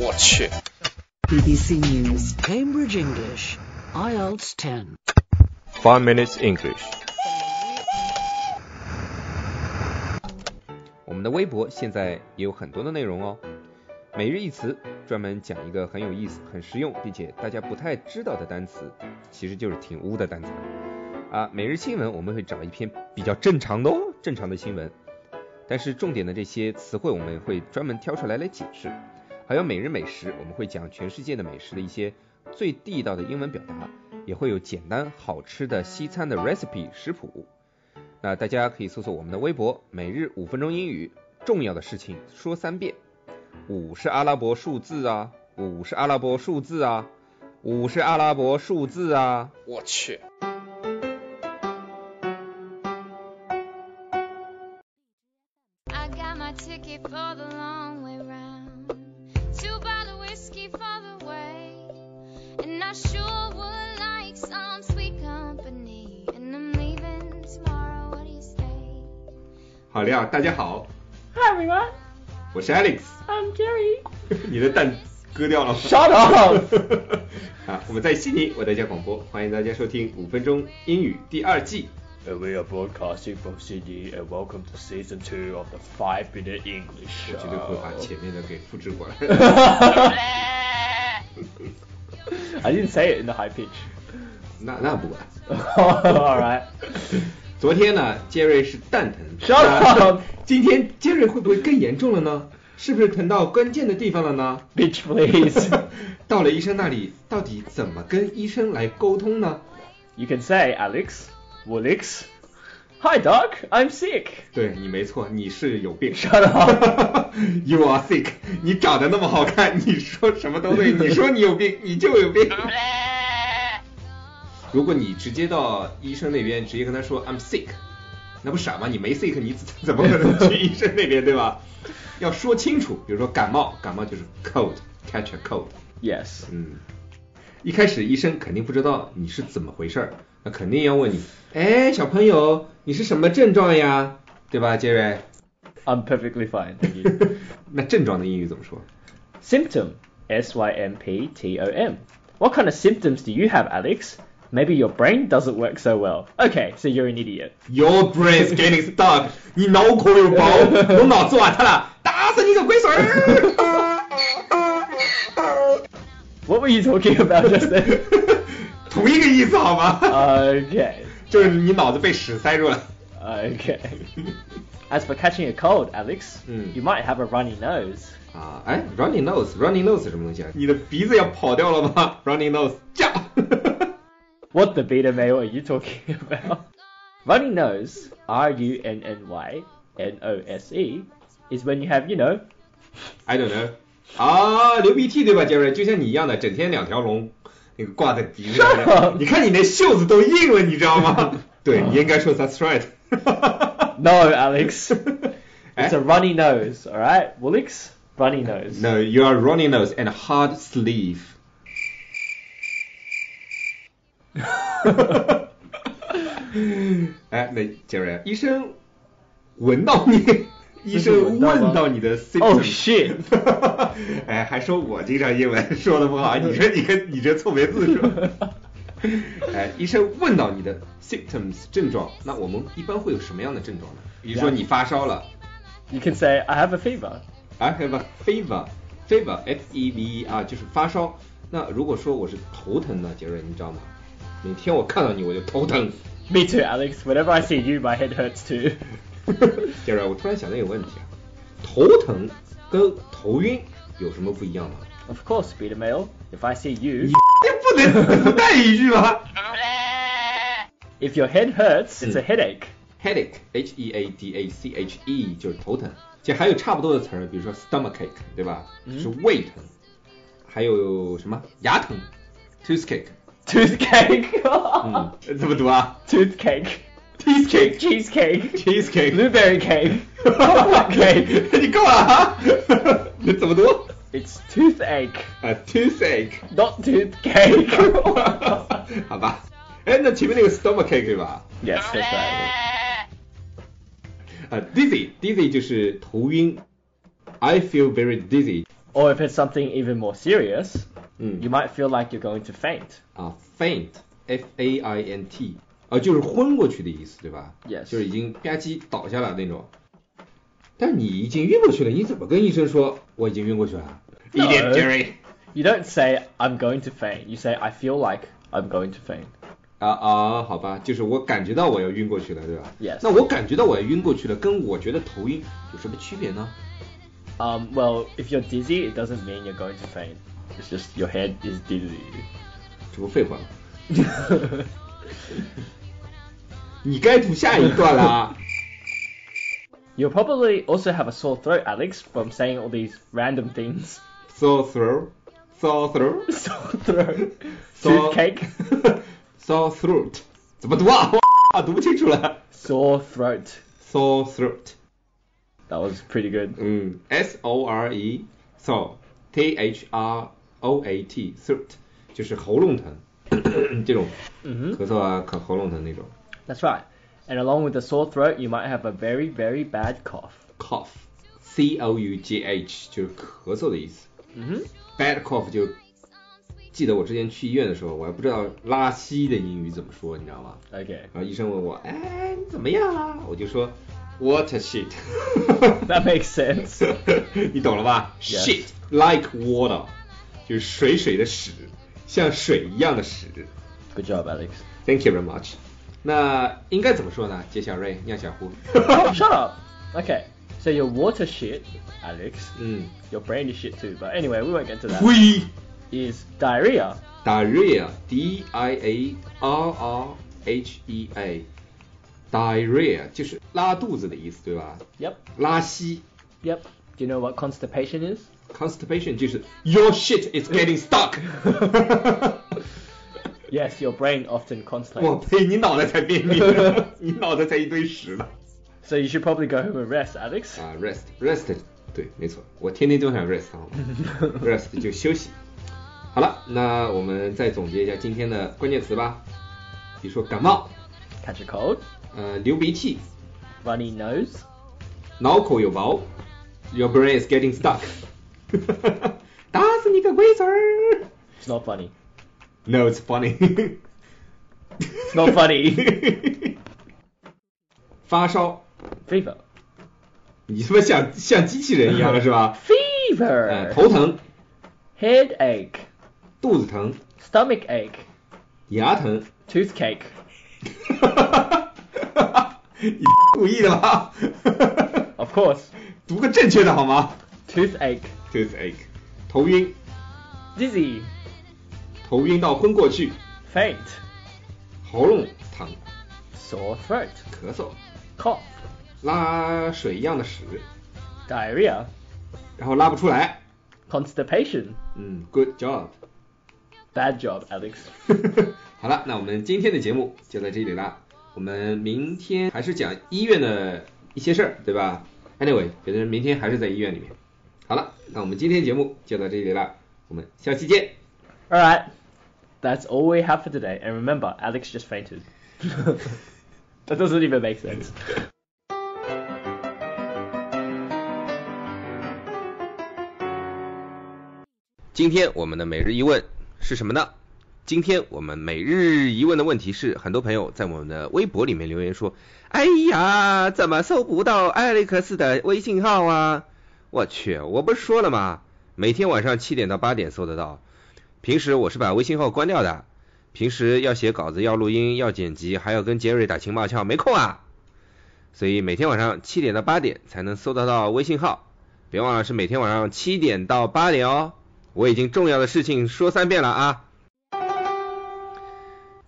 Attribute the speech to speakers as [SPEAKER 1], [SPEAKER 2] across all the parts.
[SPEAKER 1] 我去，
[SPEAKER 2] BBC News, Cambridge English, IELTS 10.
[SPEAKER 3] Five minutes English。我们的微博现在也有很多的内容哦，每日一词专门讲一个很有意思、很实用，并且大家不太知道的单词，其实就是挺污的单词啊。每日新闻我们会找一篇比较正常的哦，正常的新闻，但是重点的这些词汇我们会专门挑出来来解释。还有每日美食，我们会讲全世界的美食的一些最地道的英文表达，也会有简单好吃的西餐的 recipe 食谱。那大家可以搜索我们的微博“每日五分钟英语”，重要的事情说三遍。五是阿拉伯数字啊，五是阿拉伯数字啊，五是阿拉伯数字啊。
[SPEAKER 1] 我去。
[SPEAKER 4] I got my ticket for the long way round. Two bottle whiskey for the way. And I sure would like some sweet company. And I'm leaving tomorrow. What do you say?
[SPEAKER 3] 好料，大家好，
[SPEAKER 5] Hi everyone,
[SPEAKER 3] 我是 Alex，
[SPEAKER 5] I'm Jerry.
[SPEAKER 3] 你的蛋割掉了吗
[SPEAKER 5] Shut up!
[SPEAKER 3] 啊，我们在悉尼为大家广播，欢迎大家收听五分钟英语第二季。
[SPEAKER 6] And we are broadcasting from Sydney, and welcome to season two of the Five Minute English
[SPEAKER 3] 我
[SPEAKER 6] Show.
[SPEAKER 3] 绝对会把前面的给复制过 来。
[SPEAKER 6] I didn't say it in the high pitch.
[SPEAKER 3] 那那不管。
[SPEAKER 6] All right.
[SPEAKER 3] 昨天呢，杰瑞是蛋疼。
[SPEAKER 6] Shut up
[SPEAKER 3] 今天杰瑞会不会更严重了呢？是不是疼到关键的地方了呢？
[SPEAKER 6] Bitch, please.
[SPEAKER 3] 到了医生那里，到底怎么跟医生来沟通呢？
[SPEAKER 6] you can say Alex, Woolix. Hi, Doc. I'm sick.
[SPEAKER 3] 对你没错，你是有病。
[SPEAKER 6] Shut up.
[SPEAKER 3] You are sick。你长得那么好看，你说什么都对，你说你有病，你就有病。如果你直接到医生那边，直接跟他说 I'm sick，那不傻吗？你没 sick，你怎怎么可能去医生那边对吧？要说清楚，比如说感冒，感冒就是 cold，catch a cold。
[SPEAKER 6] yes.
[SPEAKER 3] 嗯，一开始医生肯定不知道你是怎么回事儿，那肯定要问你，哎，小朋友，你是什么症状呀？对吧，杰 瑞？
[SPEAKER 6] I'm perfectly fine. Thank you.
[SPEAKER 3] 那症状的英语怎么说？
[SPEAKER 6] Symptom S Y M P T O M. What kind of symptoms do you have, Alex? Maybe your brain doesn't work so well. Okay, so you're an idiot.
[SPEAKER 3] Your brain's getting stuck，你脑壳有 包，我脑子瓦特了，打死你个龟孙儿！
[SPEAKER 6] What were you talking about just then?
[SPEAKER 3] 同一个意思好吗？
[SPEAKER 6] okay,
[SPEAKER 3] 就是你脑子被屎塞住了。
[SPEAKER 6] okay. As for catching a cold, Alex,
[SPEAKER 3] Mm.
[SPEAKER 6] you might have a runny nose.
[SPEAKER 3] 啊，哎，runny nose，runny nose 是什么东西啊？你的鼻子要跑掉了吗？runny nose，叫。
[SPEAKER 6] What the beta male are you talking about? runny nose, R U N N Y N O S E, is when you have, you know,，
[SPEAKER 3] I don't know。啊，流鼻涕对吧，杰瑞？就像你一样的，整天两条龙那个挂在鼻子上面 你看你那袖子都硬了，你知道吗？对，你应该说 that's right。
[SPEAKER 6] no, Alex.
[SPEAKER 3] 哎
[SPEAKER 6] It's a runny nose, all right? Woolix, runny nose.
[SPEAKER 3] ，No, you are runny nose and hard sleeve。哎，那杰瑞，医生闻 到你，医生
[SPEAKER 6] 闻到吗
[SPEAKER 3] 问到你的
[SPEAKER 6] Oh
[SPEAKER 3] symptoms。
[SPEAKER 6] shit!
[SPEAKER 3] 哎，还说我经常英文说的不 好，你这你这你这错别字数。 哎，医生问到你的 symptoms 症状，那我们一般会有什么样的症状呢？比如说你发烧了
[SPEAKER 6] You can say I have a fever.
[SPEAKER 3] ，I have a fever，fever，f e v e r 就是发烧。那如果说我是头疼呢，杰瑞，你知道吗？每天我看到你我就头疼。
[SPEAKER 6] Me too, Alex. Whenever I see you, my head hurts too.
[SPEAKER 3] 杰瑞，我突然想到一个问题啊，头疼跟头晕有什么不一样吗？
[SPEAKER 6] of course, beta male. If I see you,
[SPEAKER 3] 你哎不能不带一句吗？
[SPEAKER 6] if your head hurts, it's a
[SPEAKER 3] Mm.
[SPEAKER 6] headache.
[SPEAKER 3] headache h e a d a c h e 就是头疼，其实还有差不多的词儿，比如说 stomachache 对吧？是胃疼，还有什么牙疼 toothache，
[SPEAKER 6] Toothcake.
[SPEAKER 3] 嗯，怎么读啊
[SPEAKER 6] Toothcake.
[SPEAKER 3] ？teethcake
[SPEAKER 6] Cheesecake.
[SPEAKER 3] cheesecake，
[SPEAKER 6] Blueberry cake. Chocolate cake.
[SPEAKER 3] 你够了啊！你怎么读？
[SPEAKER 6] It's toothache,
[SPEAKER 3] 啊 toothache，
[SPEAKER 6] not toothcake.
[SPEAKER 3] 好吧。哎，那前面那个 stomachache 对吧？
[SPEAKER 6] yes, that's right.
[SPEAKER 3] 呃啊，dizzy dizzy 就是头晕，I feel very dizzy。
[SPEAKER 6] Or if it's something even more serious,
[SPEAKER 3] 嗯
[SPEAKER 6] you might feel like you're going to faint.
[SPEAKER 3] 啊，faint，f a i n t，啊，就是昏过去的意思，对吧
[SPEAKER 6] Yes
[SPEAKER 3] 就是已经吧唧倒下了那种。但你已经晕过去了，你怎么跟医生说我已经晕过去了啊
[SPEAKER 6] No. You don't say I'm going to faint. You say I feel like I'm going to faint.
[SPEAKER 3] 啊啊，好吧，就是我感觉到我要晕过去了，对吧
[SPEAKER 6] Yes
[SPEAKER 3] 那我感觉到我要晕过去了，跟我觉得头晕有什么区别呢？
[SPEAKER 6] Um, well, if you're dizzy, it doesn't mean you're going to faint. It's just your head is dizzy.
[SPEAKER 3] 这不废话吗？你该读下一段啊啦。
[SPEAKER 6] You'll probably also have a sore throat, Alex, from saying all these random things.
[SPEAKER 3] So through, so through,
[SPEAKER 6] sore throat,
[SPEAKER 3] Sore-
[SPEAKER 6] toothache,
[SPEAKER 3] so throat，怎么读啊？啊，读不清楚了。
[SPEAKER 6] sore throat.
[SPEAKER 3] So throat，
[SPEAKER 6] That was pretty good.
[SPEAKER 3] 嗯，S O R E so T H R O A T throat 就是喉咙疼， 这种
[SPEAKER 6] hmm
[SPEAKER 3] 咳嗽啊，咳喉咙疼那种
[SPEAKER 6] That's right. And along with the sore throat, you might have a very, very bad cough.
[SPEAKER 3] cough C O U G H 就是咳嗽的意思
[SPEAKER 6] hmm
[SPEAKER 3] ，bad cough 就记得我之前去医院的时候，我还不知道拉稀的英语怎么说，你知道吗？
[SPEAKER 6] Okay.
[SPEAKER 3] 然后医生问我，哎，你怎么样啦？我就说 what a shit，
[SPEAKER 6] That makes sense.
[SPEAKER 3] 你懂了吧
[SPEAKER 6] Yes
[SPEAKER 3] shit like water，就是水水的屎，像水一样的屎。
[SPEAKER 6] Good job, Alex.
[SPEAKER 3] Thank you very much。那应该怎么说呢？解小瑞，酿小胡。
[SPEAKER 6] oh, shut up. Okay. So your water shit, Alex.
[SPEAKER 3] 嗯
[SPEAKER 6] Your brain is shit too. But anyway, we won't get to that.
[SPEAKER 3] 呸
[SPEAKER 6] Is diarrhea.
[SPEAKER 3] ，diarrhea，d i a r r h e a，diarrhea 就是拉肚子的意思，对吧？
[SPEAKER 6] Yep.
[SPEAKER 3] 拉稀
[SPEAKER 6] Yep. Do you know what constipation is?
[SPEAKER 3] ，constipation 就是 your shit is getting stuck 。
[SPEAKER 6] Yes, your brain often
[SPEAKER 3] 我
[SPEAKER 6] constipates.
[SPEAKER 3] 呸！你脑袋才便秘呢， 你脑袋才一堆屎呢。
[SPEAKER 6] So you should probably go home and rest, Alex.
[SPEAKER 3] 啊，rest rest，对，没错，我天天都想 rest 好吗？rest 就休息。好了，那我们再总结一下今天的关键词吧。比如说感冒，
[SPEAKER 6] Catch a cold,
[SPEAKER 3] 呃，流鼻涕，
[SPEAKER 6] runny nose,
[SPEAKER 3] 脑口有毛，Your brain is getting stuck。打死你个龟孙儿
[SPEAKER 6] It's not funny.
[SPEAKER 3] ！No, it's funny 。
[SPEAKER 6] It's not funny.
[SPEAKER 3] 发烧，
[SPEAKER 6] Fever.
[SPEAKER 3] 你他妈像像机器人一样了 是吧？呃，
[SPEAKER 6] Fever.
[SPEAKER 3] 头疼，
[SPEAKER 6] Headache.
[SPEAKER 3] 肚子疼，
[SPEAKER 6] Stomach ache.
[SPEAKER 3] 牙疼。
[SPEAKER 6] Toothache.
[SPEAKER 3] 你故意的吗？
[SPEAKER 6] Of course.
[SPEAKER 3] 读个正确的好吗
[SPEAKER 6] Toothache.
[SPEAKER 3] ？Toothache，头晕，
[SPEAKER 6] Dizzy.
[SPEAKER 3] 头晕到昏过去，
[SPEAKER 6] Faint.
[SPEAKER 3] 喉咙疼，
[SPEAKER 6] Sore throat.
[SPEAKER 3] 咳嗽，
[SPEAKER 6] Cough.
[SPEAKER 3] 拉水一样的屎，
[SPEAKER 6] Diarrhea.
[SPEAKER 3] 然后拉不出来。
[SPEAKER 6] Constipation.
[SPEAKER 3] 嗯，Good job。
[SPEAKER 6] Bad job, Alex.
[SPEAKER 3] 好了，那我们今天的节目就到这里啦。我们明天还是讲医院的一些事儿，对吧？Anyway，别的人明天还是在医院里面。好了，那我们今天节目就到这里啦，我们下期见。
[SPEAKER 6] Alright. That's all we have for today. And remember, Alex just fainted. that doesn't even make sense.
[SPEAKER 7] 今天我们的每日一问是什么呢？今天我们每日一问的问题是，很多朋友在我们的微博里面留言说：“哎呀，怎么搜不到艾利克斯的微信号啊？”我去，我不是说了吗？每天晚上七点到八点搜得到。平时我是把微信号关掉的，平时要写稿子、要录音、要剪辑，还要跟杰瑞打情骂俏，没空啊。所以每天晚上七点到八点才能搜得到微信号，别忘了是每天晚上七点到八点哦。我已经重要的事情说三遍了啊！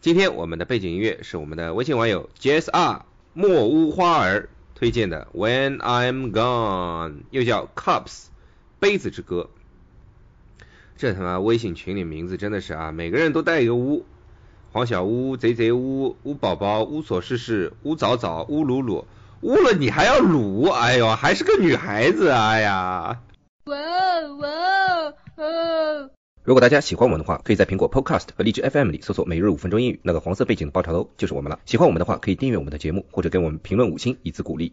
[SPEAKER 7] 今天我们的背景音乐是我们的微信网友 JSR 莫乌花儿推荐的《When I'm Gone》，又叫 Cups 杯子之歌。这他妈微信群里名字真的是啊，每个人都带一个乌，黄小乌、贼贼乌、乌宝宝、乌所事事、乌早早、乌鲁鲁，乌了你还要鲁，哎呦，还是个女孩子，哎呀。
[SPEAKER 4] Whoa, whoa, oh. whoa.
[SPEAKER 7] 如果大家喜欢我们的话，可以在苹果 Podcast 和荔枝 FM 里搜索“每日五分钟英语”，那个黄色背景的爆炒头就是我们了。喜欢我们的话，可以订阅我们的节目，或者给我们评论五星以资鼓励。